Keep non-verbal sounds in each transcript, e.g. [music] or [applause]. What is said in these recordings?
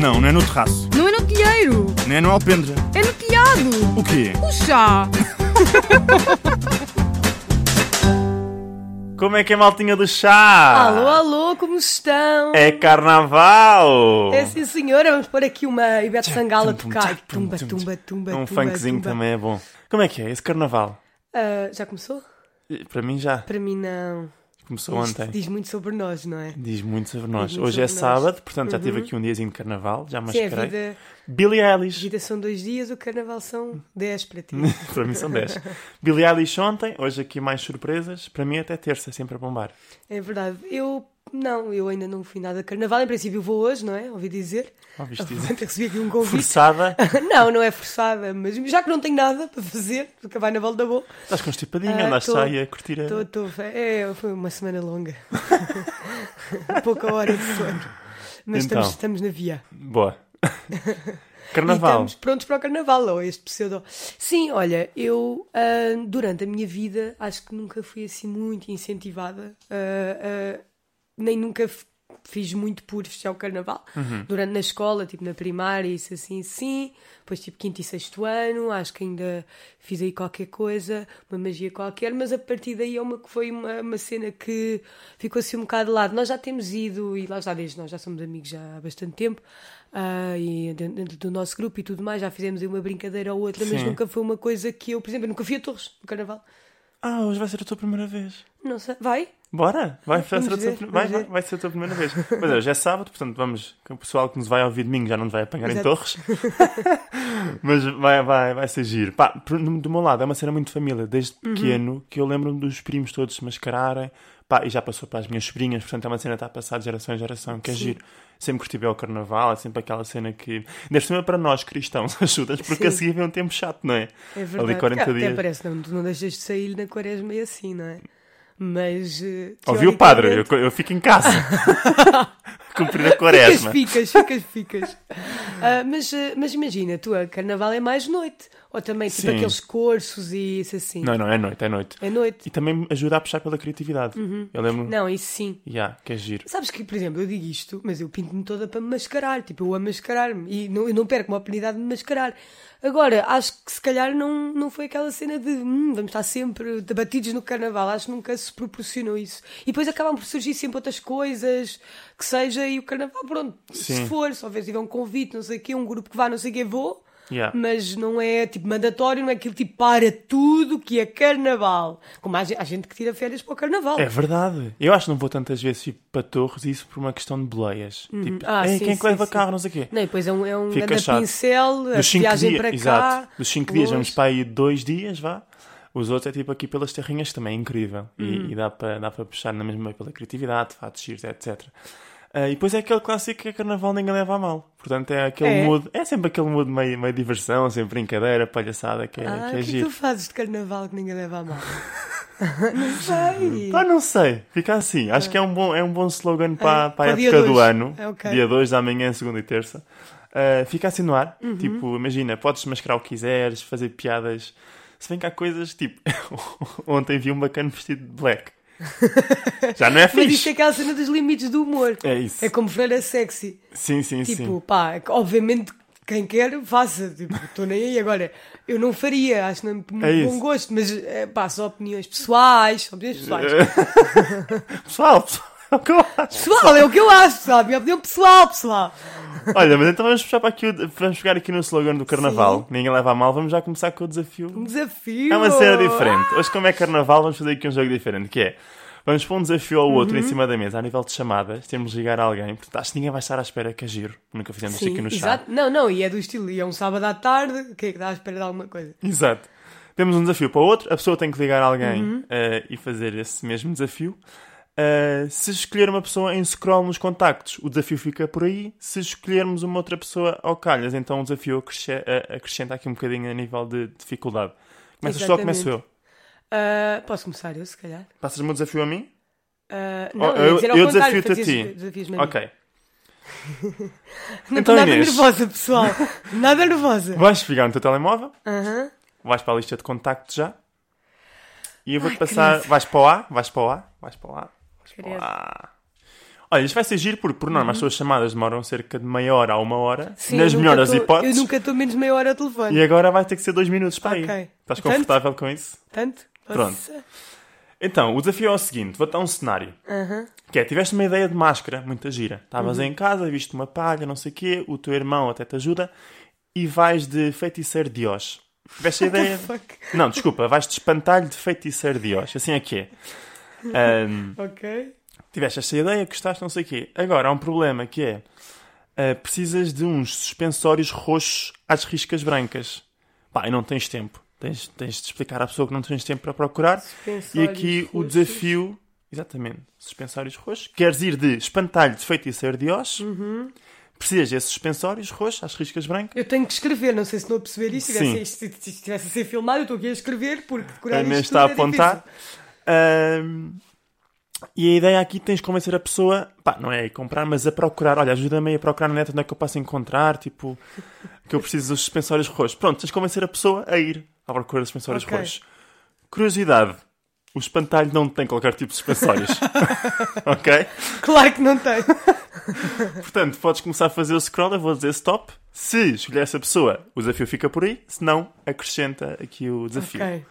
não é no terraço, Não é no telheiro, nem é no alpendre. é no telhado. O quê? O chá. Como é que é a maltinha do chá? Alô, alô, como estão? É carnaval! É sim, senhora, vamos pôr aqui uma Ivete Sangalo a tum, tocar. tum, Tumba, tum, tumba, tumba, um tumba. funkzinho tumba. também é bom. Como é que é esse carnaval? Ah, já começou? Para mim já. Para mim não. Começou Isto ontem. diz muito sobre nós, não é? Diz muito sobre nós. muito Hoje é sobre nós. Uhum. sábado, portanto já tive aqui um diazinho de carnaval, já Sim, é a mascarei. vida, Billie a Eilish. vida são dois dias, o carnaval são dez [laughs] para ti. para mim são 10. Billie Eilish ontem, hoje aqui mais surpresas. Para mim até terça, sempre a bombar. é verdade. Eu, não, eu ainda não fui nada a carnaval. Em princípio vou hoje, não é? Ouvi dizer. Ouviste dizer? Ontem recebi aqui um convite. [laughs] Forçada. não, não é forçada, mas já que não tenho nada para fazer, porque vai na volta da boa. Estás constipadinha, Ah, andaste tô. aí a curtir a... Tô, tô, é, foi uma semana longa. [laughs] Pouca hora de sono. Mas Então. estamos, estamos na via. [laughs] Boa. E Carnaval. estamos prontos para o carnaval, ou este pseudo. Sim, olha, eu ah, durante a minha vida acho que nunca fui assim muito incentivada, ah, ah, nem nunca f- fiz muito por festejar o carnaval. Durante na escola, tipo na primária, isso assim, sim. Depois, tipo, quinto e sexto ano, acho que ainda fiz aí qualquer coisa, uma magia qualquer, mas a partir daí é uma que foi uma, uma cena que ficou assim um bocado de lado. Nós já temos ido, e lá está desde nós, já somos amigos já há bastante tempo, ah, e dentro, dentro do nosso grupo e tudo mais, já fizemos aí uma brincadeira ou outra, mas Sim. nunca foi uma coisa que eu, por exemplo, eu nunca fui a Torres no carnaval. Ah, hoje vai ser a tua primeira vez. Não sei, vai? Bora, [laughs] vai, vai, Vamos ser, a tua, ver, prim- vamos vai, vai, ver. vai ser a tua primeira vez. Mas hoje é sábado, portanto vamos. que O pessoal que nos vai ouvir domingo já não nos vai apanhar em Exato. torres. [laughs] Mas vai, vai, vai ser giro. Pá, por- do meu lado, é uma cena muito de família. Desde Uhum. pequeno que eu lembro-me dos primos todos se mascararem. Pá, e já passou para as minhas sobrinhas, portanto é uma cena que está a passar de geração em geração, que é giro. Sempre curti bem o carnaval, é sempre aquela cena que. Deve ser para nós cristãos, [laughs] ajudas, porque a Sim. seguir vem um tempo chato, não é? É verdade. Ali 40 Cá, Até dias. parece, não, tu não deixas de sair na quaresma e assim, não é? Mas. eh, Ouvi o padre, eu, teoricamente- eu fico em [laughs] casa. Cumprir a quaresma. Ficas, ficas, ficas, [laughs] ficas. Ah, mas, eh, mas imagina, tu, a carnaval é mais noite. Ou também, tipo, Sim. aqueles cursos e isso assim. Não, não, é noite, é noite. É noite. Uhum. E também ajuda a puxar pela criatividade. Eu lembro. Não, isso sim. Yeah, que é giro. Sabes que, por exemplo, eu digo isto, mas eu pinto-me toda para me mascarar. Tipo, eu amo mascarar-me e não, eu não perco uma oportunidade de me mascarar. Agora, acho que se calhar não, não foi aquela cena de "Hum, vamos estar sempre debatidos no carnaval. Acho que nunca se proporcionou isso. E depois acabam por surgir sempre outras coisas, que seja, e o carnaval, pronto, Sim. se for, se houver se tiver um convite, não sei o quê, um grupo que vá, não sei o quê, vou. Yeah. Mas não é tipo mandatório, não é aquilo tipo para tudo que é carnaval. Como há, ge- há gente que tira férias para o carnaval. É verdade. Eu acho que não vou tantas vezes tipo, para Torres e isso por uma questão de boleias. Tipo, Ah, "Ei, sim, quem é que sim, leva sim. carro, não sei o quê. Não, e depois é um, é um Fica grande chato. pincel, a Dos 5 viagem para dias, cá. exato. Dos 5 dias vamos longe. para aí dois dias, vá. Os outros é tipo aqui pelas terrinhas, que também é incrível. E, Hum. e dá para dá para puxar na mesma pela criatividade, fatos giros, etc. Ah, e depois é aquele clássico que é carnaval ninguém leva a mal. Portanto, é aquele É. mood, é sempre aquele mood meio, meio diversão, sempre brincadeira, palhaçada, que é, Ah, que o é que, é que giro. tu fazes de carnaval que ninguém leva a [laughs] mal? não sei. Ah, não sei, fica assim. Acho que é um bom, é um bom slogan para, para a Ah. para o dia época do dois. ano. É, ok. Dia 2 da manhã, segunda e terça. Ah, fica assim no ar. Uhum. Tipo, imagina, podes mascarar o que quiseres, fazer piadas. Se bem que há coisas tipo. [laughs] Ontem vi um bacana vestido de [laughs] black. Já não é Mas isto fixe. é aquela cena dos limites do humor. É isso. É como freira sexy. Sim, sim, Tipo, sim. pá, obviamente quem quer, faça. Tipo, estou nem aí. Agora, eu não faria, acho que É não é muito isso. bom gosto, mas eh, pá, são opiniões pessoais. são [laughs] Opiniões pessoais. Pessoal, pessoal. [laughs] é o que eu acho. Pessoal, é o que eu acho, sabe? Minha opinião pessoal, pessoal. Olha, mas então vamos puxar para aqui, o- vamos pegar aqui no slogan do carnaval. Ninguém leva a mal, vamos já começar com o desafio. Um desafio. É uma cena diferente. Hoje, como é carnaval, vamos fazer aqui um jogo diferente, que é... Vamos pôr um desafio ao outro Uhum. em cima da mesa, a nível de chamadas, temos de ligar a alguém, portanto acho que ninguém vai estar à espera que é giro, nunca fizemos Sim, aqui no chá. exato. Não, não, e é do estilo, e é um sábado à tarde, o que é que dá à espera de alguma coisa? Exato. Temos um desafio para o outro, a pessoa tem que ligar a alguém Uhum. eh, e fazer esse mesmo desafio. Eh, se escolher uma pessoa em scroll nos contactos, o desafio fica por aí. Se escolhermos uma outra pessoa ao calhas, então o desafio acresce- eh, acrescenta aqui um bocadinho a nível de dificuldade. Começas tu ou Exatamente. começo eu? Ah, posso começar eu, se calhar? Passas-me o desafio a mim? Ah, Oh, não, eu- ia dizer ao eu contrário, desafio-te a fazias- ti. desafias-me a mim. Ok. Não Então, estou nada Inês. [laughs] nervosa, pessoal. Nada nervosa. Vais pegar no teu telemóvel, Aham. vais para a lista de contactos já. E eu vou-te Ai, passar. credo. Vais para o A, vais para o A, vais para o A, vais para o Credo. A. Olha, isto vai ser giro porque, por norma, as suas chamadas demoram cerca de meia hora a uma hora, Uhum. Sim, nas eu melhores das nunca tô- hipóteses, Eu nunca estou menos meia hora a telefone. e agora vai ter que ser dois minutos para aí. Ok. Estás Portanto- confortável com isso? Tanto? Pronto. Nossa. Então, o desafio é o seguinte: vou-te dar um cenário. Aham. Uhum. Que é, tiveste uma ideia de máscara, muita gira. Estavas em casa, viste uma palha, não sei o quê, o teu irmão até te ajuda, e vais de feiticeiro de Oz. Tiveste a ideia. Fuck. não, desculpa, vais de espantalho de feiticeiro de Oz. Assim é que é. Ahm, Ok. tiveste esta ideia, gostaste, não sei o quê. Agora, há um problema que é... ah, precisas de uns suspensórios roxos às riscas brancas. Pá, e não tens tempo. Tens, tens de explicar à pessoa que não tens tempo para procurar. E Suspensórios aqui o roxos. desafio... Exatamente. Suspensórios roxos. Queres ir de espantalho de feiticeiro de Oz. Uhum. Precisas desses suspensórios roxos às riscas brancas. Eu tenho que escrever, não sei se estou a perceber isto. Se Sim. tivesse, isto- se isto estivesse a ser filmado, eu estou aqui a escrever porque A decorar Inês isto está a tudo é apontar. difícil. Ahm, e a ideia aqui tens de convencer a pessoa, pá, não é a ir comprar, mas a procurar. Olha, ajuda-me aí a procurar na net onde é que eu posso encontrar, tipo, que eu preciso dos suspensórios roxos. Pronto, tens de convencer a pessoa a ir à procura dos suspensórios Ok. roxos. Curiosidade: o espantalho não tem qualquer tipo de suspensórios. [laughs] ok? Claro que não tenho. Portanto, podes começar a fazer o scroll, eu vou dizer stop. Se escolher essa pessoa, o desafio fica por aí, se não, acrescenta aqui o desafio. ok.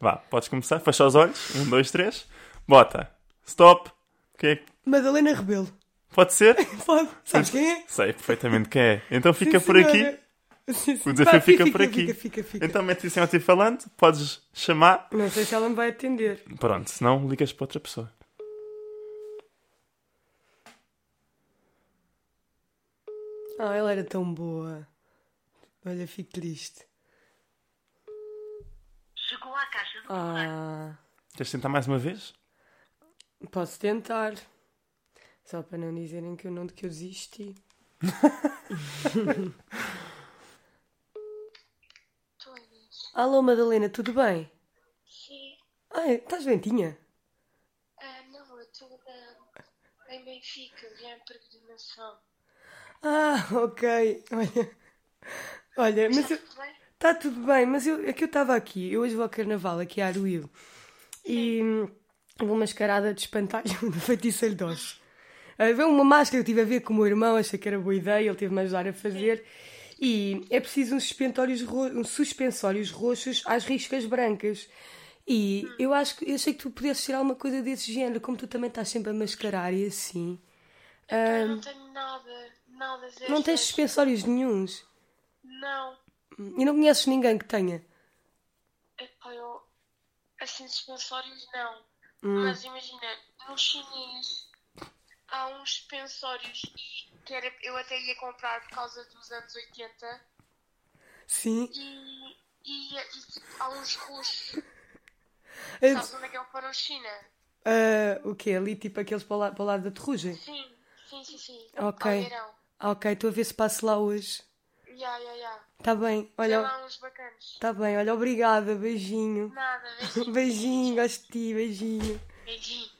Vá, podes começar, fecha os olhos. Um, dois, três. Bota. Stop. Quem é que Madalena Rebelo. pode ser? Pode. Sabes quem é? Sei perfeitamente quem é. Então fica Sim, por aqui. senhora. Sim, sim. O desafio Vai, fica por aqui. Fica, fica, fica. Então mete isso em altifalante, podes chamar. Não sei se ela me vai atender. Pronto, se não, ligas para outra pessoa. Ah, ela era tão boa. Olha, fico triste. Chegou à caixa de Ah, Queres tentar mais uma vez? posso tentar. Só para não dizerem que eu não que eu desisti. botões. Alô, Madalena, tudo bem? Sim, Ai, estás ventinha? ah, não, eu estou ah, em Benfica, já em peregrinação. Ah, ok. Olha, olha mas eu, Tudo bem? Está tudo bem, mas eu, é que eu estava aqui. Eu hoje vou ao carnaval, aqui a Aruil. E hum, vou mascarada de espantalho [laughs] do feiticeiro doce. Veio uma máscara que eu tive a ver com o meu irmão, achei que era boa ideia, ele teve-me a ajudar a fazer. E é preciso uns suspensórios, ro- uns suspensórios roxos às riscas brancas. E eu acho que eu achei que tu pudesses tirar alguma coisa desse género, como tu também estás sempre a mascarar e assim. Eu não tenho nada, nada destas. Não tens suspensórios nenhuns. Não. E não conheces ninguém que tenha. Epá, eu, assim, suspensórios não. Hum. Mas imagina, no chinês há uns suspensórios e que era, eu até ia comprar por causa dos anos 80 Sim. e, e, e tipo, há uns russos. Ah, Sabes onde é que é o Pano China? Ah, o quê? Ali, tipo aqueles para o, la- para o lado da terrugem? Sim, sim, sim, sim. Ok. Almeirão. Ah, ok, estou a ver se passo lá hoje. Ya, ya, ya. Está bem, Tem olha, lá uns bacanos. está bem, olha, obrigada, beijinho. Nada, beijinho. Beijinho, gosto de [laughs] ti, beijinho. Beijinho.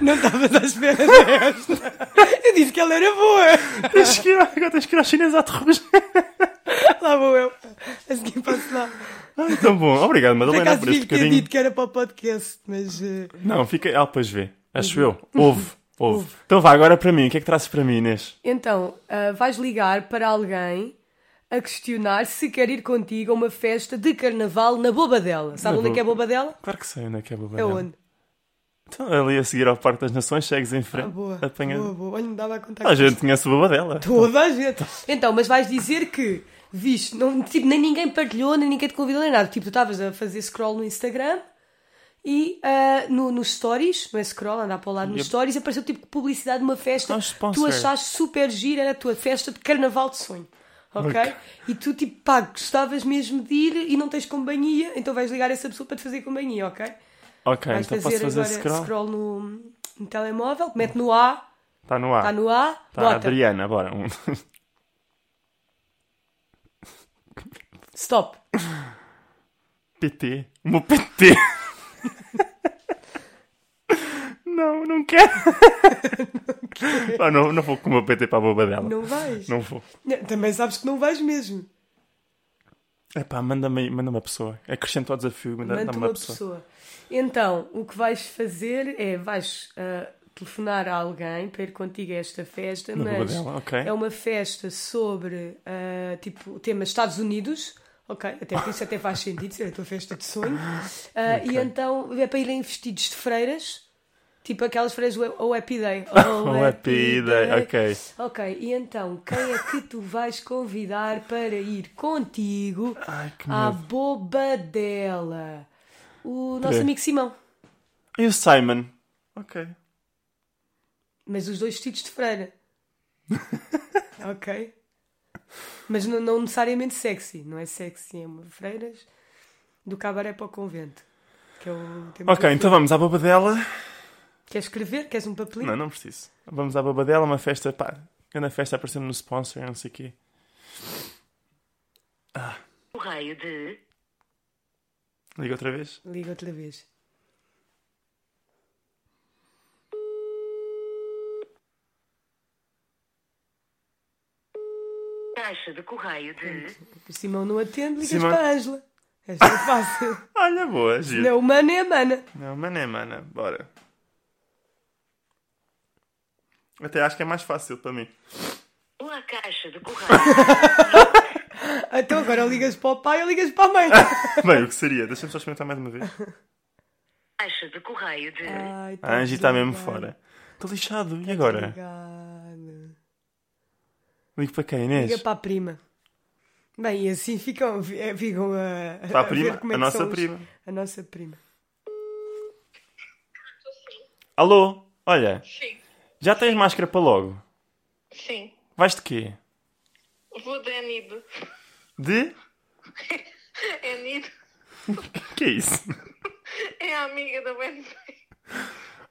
Não estavas à espera desta. Eu disse que ela era boa. Tens que ir, agora tens que ir ao chinês à terrugem. Lá vou eu. A seguir passo lá. Ah, Então bom, obrigado Por Madalena acaso por devia este ter bocadinho. dito que era para o podcast, mas... eh, Não, fica. Ah, pois vê. Acho eu. Uhum. Ouve, ouve. Então vá agora para mim. O que é que trazes para mim, Inês? Então, ah, vais ligar para alguém a questionar se quer ir contigo a uma festa de carnaval na Bobadela. Sabe Na onde é que é Bo- Bobadela? Claro que sei onde é que é a É Bobadela. onde? Então, ali a seguir ao Parque das Nações, segues em frente. Ah, boa. apanha- Boa, boa. Olha, me dava a contar A gente conhece a Bobadela. Toda a gente. Então, mas vais dizer que, viste, não, tipo, nem ninguém partilhou, nem ninguém te convidou, nem nada. Tipo, tu estavas a fazer scroll no Instagram e ah, no, nos stories, não é scroll, andar para o lado nos Yep. stories, apareceu tipo publicidade de uma festa. Ah, tu sponsor. achaste super gira, era a tua festa de carnaval de sonho. Ok? Ok. E tu, tipo, pá, gostavas mesmo de ir e não tens companhia, então vais ligar essa pessoa para te fazer companhia, ok? Ok, Vais então fazer, posso fazer agora scroll? scroll, no, no telemóvel, mete no A, Está no ar. está no A, Tá, bota. Adriana, bora. Um. [laughs] Stop. PT. O meu [laughs] PT. não, não [laughs] quero. Pá, não, não vou com o meu PT para a boba dela. Não vais. Não vou. Não, Também sabes que não vais mesmo. Epá, manda-me manda uma pessoa. Acrescenta ao desafio, manda- Manda dá-me uma uma pessoa. pessoa. Então, o que vais fazer é vais ah, telefonar a alguém para ir contigo a esta festa, Na rua mas dela, ok. é uma festa sobre ah, tipo o tema Estados Unidos. Ok, até por isso até faz sentido ser a tua festa de sonho. Ah, E Ok. então é para irem vestidos de freiras, tipo aquelas freiras do O Happy [laughs] Day. Oh, é O Happy Day, ok. Ok, e então quem é que tu vais convidar para ir contigo Ai, que à medo. boba dela? O nosso Peraí. amigo Simão. E o Simon? Ok. Mas os dois vestidos [laughs] de freira. ok. Mas não, não necessariamente sexy. Não é sexy, é uma freiras do cabaré para o convento. Que é o tema Ok, do- então vamos à baba dela. Queres escrever? Queres um papelinho? Não, não preciso. Vamos à baba dela, uma festa, pá. Grande festa aparecendo no sponsor, não sei o quê. O raio de. Liga outra vez. Liga outra vez. Caixa de correio de. O Simão não atende, ligas Simão. para a Ângela. Esta é fácil. [laughs] Olha, boa, giro. não é humana, é mana. Não, mana é mana, bora. Até acho que é mais fácil para [laughs] mim. Ou a caixa de correio. Então agora ligas para o pai ou ligas para a mãe. Bem, o que seria? Deixa-me só experimentar mais uma vez. Caixa de correio de. Ai, tá Ah, A Angie está mesmo desligado. fora. Tá Estou lixado. E agora? Obrigada. Ligo para quem, Inês? Liga para a prima. Bem, e assim ficam, fi- ficam a, Para a ver prima? como é A que nossa são os- prima. A nossa prima. [laughs] Alô? Olha, Sim, já tens máscara para logo? sim. Vais de quê? Vou dar [laughs] nido. De? [laughs] É nido. Que é isso? É a amiga da Wendy.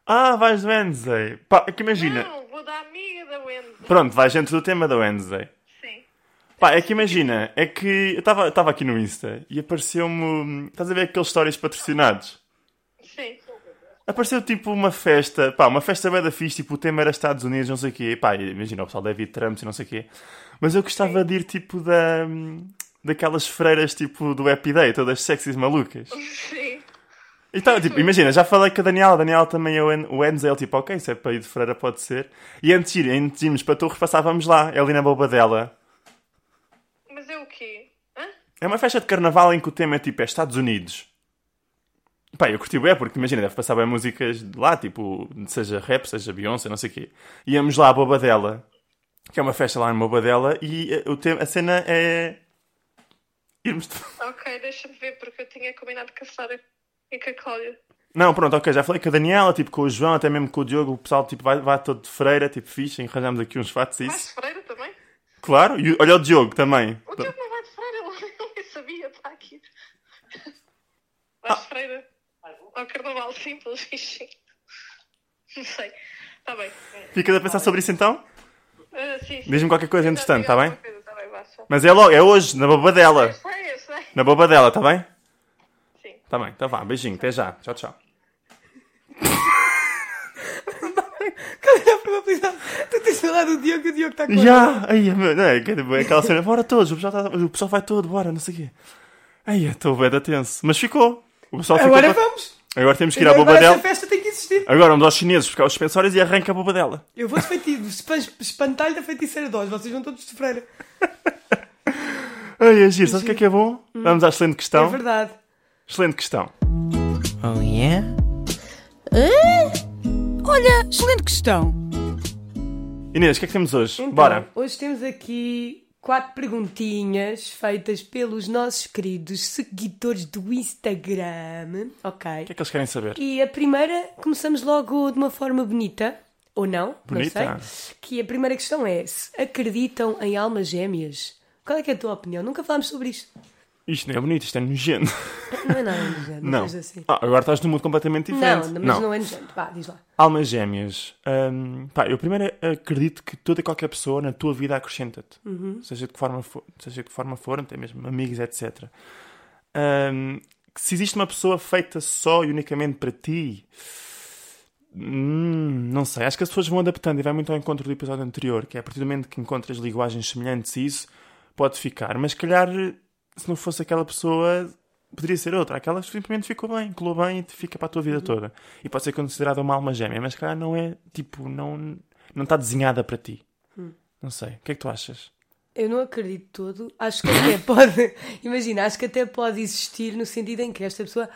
Ah, vais do Wednesday. Pá, é que imagina. Não, vou da amiga da Wendy. Pronto, vais dentro do tema da Wednesday. Sim. Pá, é que imagina, é que eu estava aqui no Insta e apareceu-me. hum, Estás a ver aqueles stories patrocinados? Sim. Apareceu tipo uma festa, pá, uma festa bem da fixe, tipo o tema era Estados Unidos, não sei o quê, pá, imagina o pessoal deve ir de Trump e não sei o quê, mas eu gostava de ir tipo da, daquelas freiras tipo do Happy Day, todas sexys malucas. Sim. Então, tipo, imagina, já falei com a Daniela, a Daniela também é o Wen- o Wednesday, ele tipo, ok, se é para ir de freira pode ser, e antes de ir- antes de irmos para Torres passávamos lá, é ali na boba dela. Mas é o quê? Hã? É uma festa de carnaval em que o tema é tipo é Estados Unidos. Pá, eu curti bem, porque imagina, deve passar bem músicas de lá, tipo, seja rap, seja Beyoncé, não sei o quê. Íamos lá à Bobadela, que é uma festa lá em Bobadela, e eh, o tema, a cena é. Irmos. de- Ok, deixa-me ver, porque eu tinha combinado com a Sara e com a Cláudia. [laughs] Não, pronto, ok, já falei com a Daniela, tipo, com o João, até mesmo com o Diogo, o pessoal tipo, vai, vai todo de freira, tipo, fixe, arranjamos aqui uns fatos e Vais isso. de freira também? Claro, e olha o Diogo também. O Diogo não vai de freira, [laughs] eu nem sabia, está aqui. Ah. Vais de freira? Ao carnaval, sim, pelos sim. Não sei. Está bem. Ficas a pensar sobre isso então? Ah, sim, sim. Diz-me qualquer coisa Já entretanto, digo está bem? alguma coisa, Está bem, vá, só. Mas é logo, é hoje, na Bobadela. Eu sei, eu sei. Na boba dela, tá bem? Sim. Tá bem, então vá, beijinho, até já. Tchau, tchau. Qual era a probabilidade? Tu tens falado do Diogo e o Diogo está com Já! Ai, meu, não, é, que- é aquela cena, bora todos, o pessoal, tá- o pessoal vai todo, bora, não sei o quê. Ai, eu estou bem da tenso. Mas ficou. O pessoal ficou. Agora todo- vamos. Agora temos que ir à Agora boba esta dela. festa tem que existir. Agora vamos aos chineses buscar os suspensórios e arranca a boba dela. Eu vou desfeitido, espantalho da feiticeira de Oz. Vocês vão todos de freira. Ai, agir, sabes o que é que é bom? Vamos à excelente É questão. verdade. excelente questão. Oh yeah? Olha, excelente questão. Inês, o que é que temos hoje? Então, Bora. Hoje temos aqui quatro perguntinhas feitas pelos nossos queridos seguidores do Instagram. O que Ok. é que eles querem saber? E a primeira, começamos logo de uma forma bonita, ou não, Bonita. não sei. Que a primeira questão é: se acreditam em almas gêmeas? Qual é que é a tua opinião? Nunca falámos sobre isto. Isto não é bonito, isto é nojento. Não é nada nojento, Não. mas assim. Ah, agora estás num mundo completamente Não, diferente. mas não, é nojento. Vá, diz lá. Almas gêmeas. Hum, pá, eu primeiro acredito que toda e qualquer pessoa na tua vida acrescenta-te. Seja, de que forma for, seja de que forma for, até mesmo amigos, etc. Hum, que se existe uma pessoa feita só e unicamente para ti, hum, não sei. Acho que as pessoas vão adaptando e vai muito ao encontro do episódio anterior, que é a partir do momento que encontras linguagens semelhantes a isso, pode ficar. Mas se calhar se não fosse aquela pessoa, poderia ser outra. Aquela simplesmente ficou bem, colou bem e fica para a tua vida Uhum. toda. E pode ser considerada uma alma gêmea, mas cá não é, tipo, não, não está desenhada para ti. Hum. Não sei. O que é que tu achas? Eu não acredito todo. Acho que até [laughs] pode. Imagina, acho que até pode existir no sentido em que esta pessoa.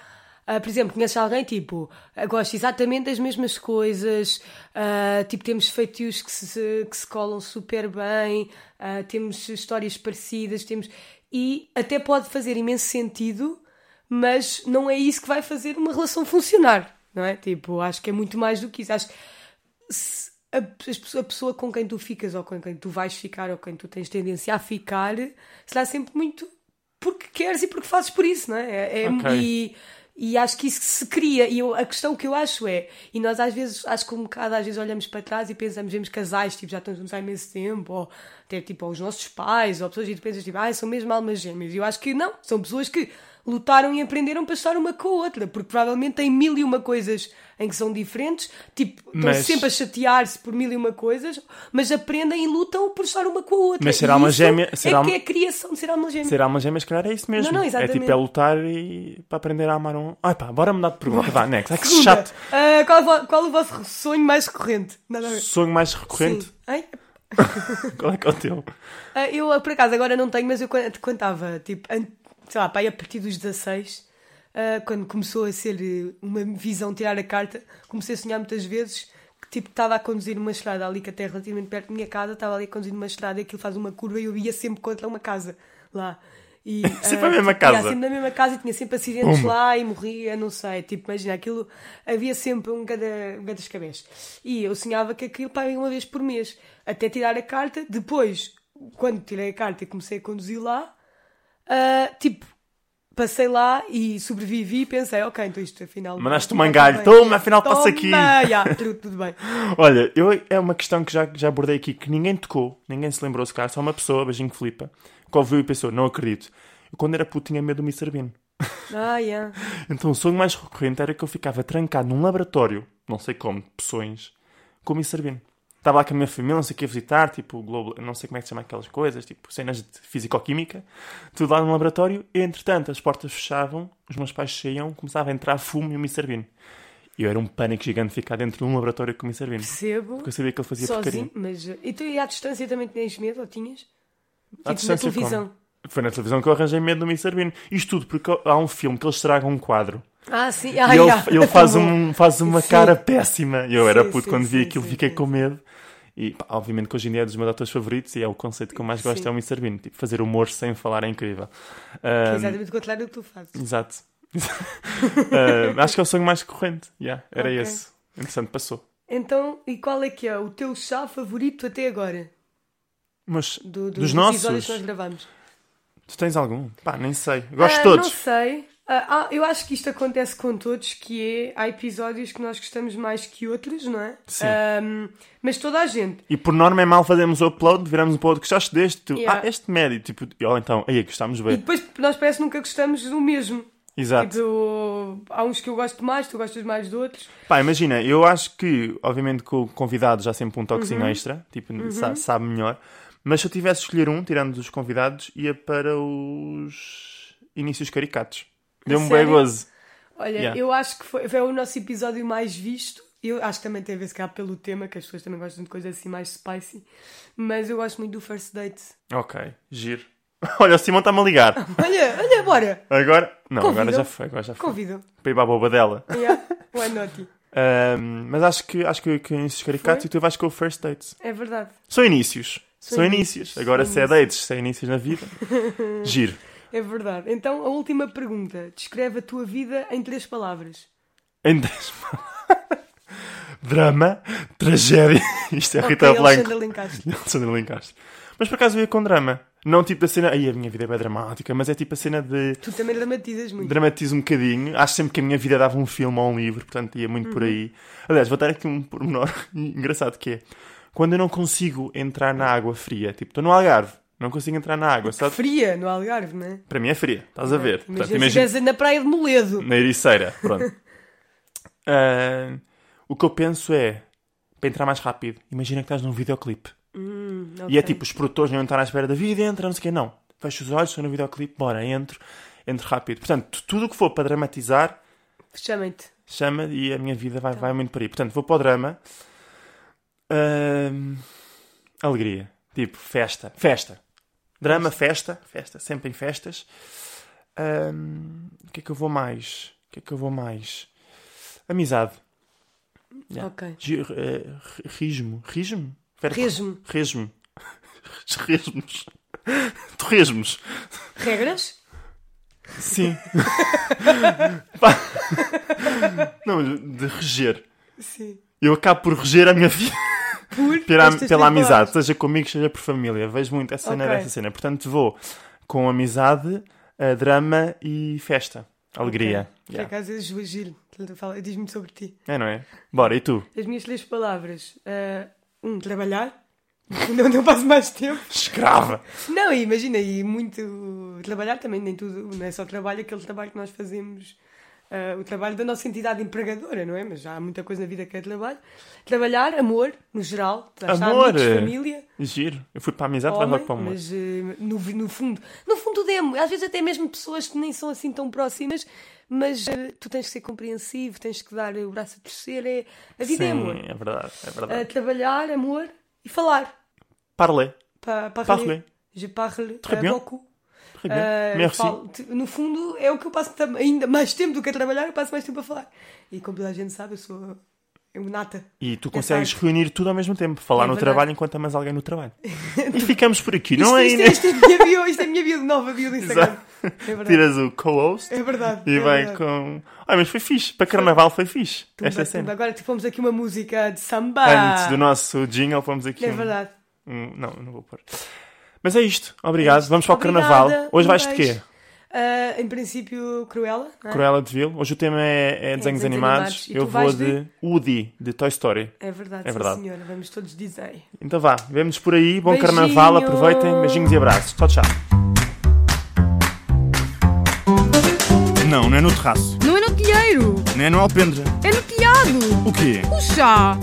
ah, por exemplo, conheces alguém tipo, ah, gosta exatamente das mesmas coisas, ah, tipo, temos feitios que se, que se colam super bem, ah, temos histórias parecidas, temos. E até pode fazer imenso sentido, mas não é isso que vai fazer uma relação funcionar, não é? Tipo, acho que é muito mais do que isso. Acho se a, as pessoa- a pessoa com quem tu ficas ou com quem tu vais ficar ou com quem tu tens tendência a ficar será sempre muito porque queres e porque fazes por isso, não é? É- é- Ok. e, e acho que isso se cria. E eu- a questão que eu acho é, e nós às vezes, acho que um bocado, às vezes olhamos para trás e pensamos, vemos casais, tipo, já estamos juntos há imenso tempo, ou até tipo, aos nossos pais, ou pessoas, e tu pensas, tipo, ah, são mesmo almas gêmeas. E eu acho que não, são pessoas que lutaram e aprenderam para estar uma com a outra, porque provavelmente têm mil e uma coisas em que são diferentes, tipo, estão Mas- sempre a chatear-se por mil e uma coisas, mas aprendem e lutam por estar uma com a outra. Mas ser E alma isso gêmea- um É ser que alma- é a criação de ser alma gêmea. Ser alma gêmea, se calhar é isso mesmo. Não, não, é exatamente. tipo, é lutar e para aprender a amar um. Ai pá, bora mudar de pergunta. Vá, next. Ai que chato. Ah, qual, vo- qual o vosso sonho mais recorrente? Nada a ver. Sonho mais recorrente. Sim. Ai? Qual é que é o teu? Ah, eu, por acaso, agora não tenho, mas eu quando quando estava, tipo, an- sei lá, pai, a partir dos 16, ah, quando começou a ser eh, uma visão tirar a carta, comecei a sonhar muitas vezes que, tipo, estava a conduzir uma estrada ali, que até é relativamente perto da minha casa, estava ali a conduzir uma estrada e aquilo faz uma curva e eu ia sempre contra uma casa lá. E, [laughs] Sempre ah, a mesma tipo, ia casa. sempre na mesma casa e tinha sempre acidentes Pumba. lá e morria, não sei. Tipo, imagina, aquilo havia sempre um cada, um cada escabeche. E eu sonhava que aquilo pá, ia uma vez por mês, até tirar a carta. Depois, quando tirei a carta e comecei a conduzir lá, ah, tipo, passei lá e sobrevivi e pensei, ok, então isto afinal. Mandaste um tá mangalho. bem. Toma, afinal passa aqui. Toma, [laughs] já, tudo, tudo bem. Olha, eu, é uma questão que já, já abordei aqui, que ninguém tocou, ninguém se lembrou, se calhar, só uma pessoa, beijinho Filipa, que ouviu e pensou, não acredito. Eu, quando era puto tinha medo do Mr. Bean. Ah, yeah. Então o sonho mais recorrente era que eu ficava trancado num laboratório, não sei como, de poções, com o Mr. Bean. Estava lá com a minha família, não sei o que, a visitar, tipo, Globo, não sei como é que se chama aquelas coisas, tipo, cenas de fisicoquímica, tudo lá no laboratório. E, entretanto, as portas fechavam, os meus pais saíam, começava a entrar fumo e o Mr. Bean. E eu era um pânico gigante ficar dentro de um laboratório com o Mr. Bean. Percebo. Porque eu sabia que ele fazia Sozinho, porcaria. mas. eh, E tu e à distância também tinhas medo ou tinhas? À tipo, na distância, televisão. como? Foi na televisão que eu arranjei medo do Mr. Bean. Isto tudo porque há um filme que eles estragam um quadro. Ah, sim. Ah, e ele, yeah. ele Tá faz, bom. um, faz uma Sim. cara péssima. E eu era Sim, puto sim, quando vi sim, aquilo, sim, fiquei sim, com medo. E pá, obviamente que hoje em dia é dos meus atores favoritos e é o conceito que eu mais gosto, Sim. é o Mr. Bean. Tipo, fazer humor sem falar é incrível. Que é Ah, Exatamente o contrário do que tu fazes. exato. [laughs] Ah, acho que é o sonho mais corrente. Yeah, era Ok. esse. Interessante, passou. Então, e qual é que é o teu chá favorito até agora? Mas Do- do- dos episódios nossos, que nós gravamos? tu tens algum? Pá, nem sei. Gosto de Ah, todos. Não sei. Ah, ah, eu acho que isto acontece com todos, que é, há episódios que nós gostamos mais que outros, não é? Sim. Ahm, mas toda a gente. E por norma é mal fazermos o upload, viramos um pouco, gostaste deste? Tu, Yeah. Ah, este médio. Tipo, ou então, aí gostámos E bem. depois nós parece que nunca gostamos do mesmo. Exato. Tipo, há uns que eu gosto mais, tu gostas mais de outros. Pá, imagina, eu acho que, obviamente, com o convidado já há sempre um toquezinho extra, tipo, sa- sabe, melhor. Mas se eu tivesse de escolher um, tirando os convidados, ia para os inícios caricatos. Deu-me bem sério? gozo. Olha, Yeah. eu acho que foi, foi o nosso episódio mais visto. Eu acho que também tem a ver se calhar pelo tema, que as pessoas também gostam de coisas assim mais spicy. Mas eu gosto muito do first date. Ok, giro. [laughs] Olha, o Simão está-me a ligar. Olha, olha, bora! Agora. Não, agora Convidam. já foi, agora já foi. Convido. Para ir para a boba dela. [laughs] Yeah. Why not? Ahm, mas acho que, acho que, que inícios caricatos Foi? e tu vais com o first dates. É verdade. São inícios. São São, inícios. inícios. Agora São se é dates, se é inícios na vida. Giro. É verdade. Então, a última pergunta. Descreve a tua vida em três palavras. Em 10 [laughs] Drama, tragédia. [laughs] Isto é Rita Ok, Blanco. Alexandra Lencastre. Alexandre Lencastre. Mas por acaso eu ia com drama. Não tipo da cena. Aí a minha vida é bem dramática, mas é tipo a cena de. Tu também dramatizas muito. Dramatizo um bocadinho. Acho sempre que a minha vida dava um filme ou um livro, portanto ia muito por aí. Aliás, vou dar aqui um pormenor [laughs] engraçado que é. Quando eu não consigo entrar na água fria, tipo, estou no Algarve, não consigo entrar na água, sabe? Fria no Algarve, não é? Para mim é fria, estás a ver? Imagina Portanto, se estivesse na praia de Moledo. na Ericeira, [laughs] pronto. Ah, o que eu penso é, para entrar mais rápido, imagina que estás num videoclipe. Hum, E é ok. tipo, os produtores não estão à espera da vida, entra, não sei o quê. Não. fecho os olhos, estou no videoclipe, bora, entro, entro rápido. Portanto, tudo o que for para dramatizar, Chamem-te. chama e a minha vida vai, vai muito por aí. Portanto, vou para o drama. Ahm, alegria. Tipo, festa. Festa. Drama, festa. Festa. Sempre em festas. Ahm, o que é que eu vou mais? O que é que eu vou mais? Amizade. Yeah. Ok. Gi- eh, ri- Rismo. Rismo? Vera- Resmo. Resmo. Os Resmos. Torresmos. Regras? Sim. Pá. Não, de reger. Sim. Eu acabo por reger a minha vida Por pela, estas pela três amizade, seja comigo, seja por família. Vejo muito essa cena Ok. dessa cena. Portanto, vou com amizade, eh, drama e festa. Alegria. palavras. Por Yeah. acaso és o Gil, ele fala- diz-me sobre ti. É, não é? Bora, e tu? As minhas três palavras. ah, um, trabalhar. [laughs] Não, não passo mais tempo. Escrava! Não, e imagina, e muito trabalhar também, nem tudo, não é só trabalho, aquele trabalho que nós fazemos, ah, o trabalho da nossa entidade empregadora, não é? Mas já há muita coisa na vida que é trabalho. Trabalhar, amor, no geral, lá está, Amor! amigos, família, Giro. Eu fui para a amizade, vai homem, logo para o amor. mas eh, no, no fundo, no fundo tudo é, amor. às vezes até mesmo pessoas que nem são assim tão próximas, mas eh, tu tens que ser compreensivo, tens que dar o braço a torcer, é, a vida é amor. Sim, é verdade, é Ah, verdade. trabalhar, amor e falar. Parlez. Pa, Parler. Je parle Très ah, bien. beaucoup. Très bien. Ah, Merci. falo- te- no fundo, é o que eu passo tam- ainda mais tempo do que a trabalhar, eu passo mais tempo a falar. E como toda a gente sabe, eu sou eu nata. E tu Dessa consegues arte. reunir tudo ao mesmo tempo. Falar É no verdade. trabalho enquanto há mais alguém no [laughs] trabalho. e ficamos por aqui, não isto, é, isto, Inês? isto é a minha bio, isto é a minha bio, nova bio do Instagram. Exato. É [laughs] verdade. Tiras o co-host É verdade. e é vai verdade. com... Ah, mas foi fixe. Para carnaval foi fixe. Tumba, Esta tumba. cena. Agora te pomos aqui uma música de samba. Antes do nosso jingle, fomos aqui É um- verdade. um- Não, não vou pôr. Mas é isto. Obrigado. Vamos para o Obrigada, carnaval. Hoje um vais de quê? beijo. Ah, em princípio, Cruella. não é? Cruella de Vil. Hoje o tema é, é desenhos desenhos animados. animados. E Eu tu vou vais de de- Woody, de Toy Story. É verdade, É é verdade. senhora. Vamos todos dizer. Então vá, vemos por aí. Bom carnaval, Beijinhos. aproveitem. Beijinhos e abraços. Tchau, tchau. Não, não é no terraço, Não é no telheiro, nem é no alpendre. é no telhado. O quê? O chá.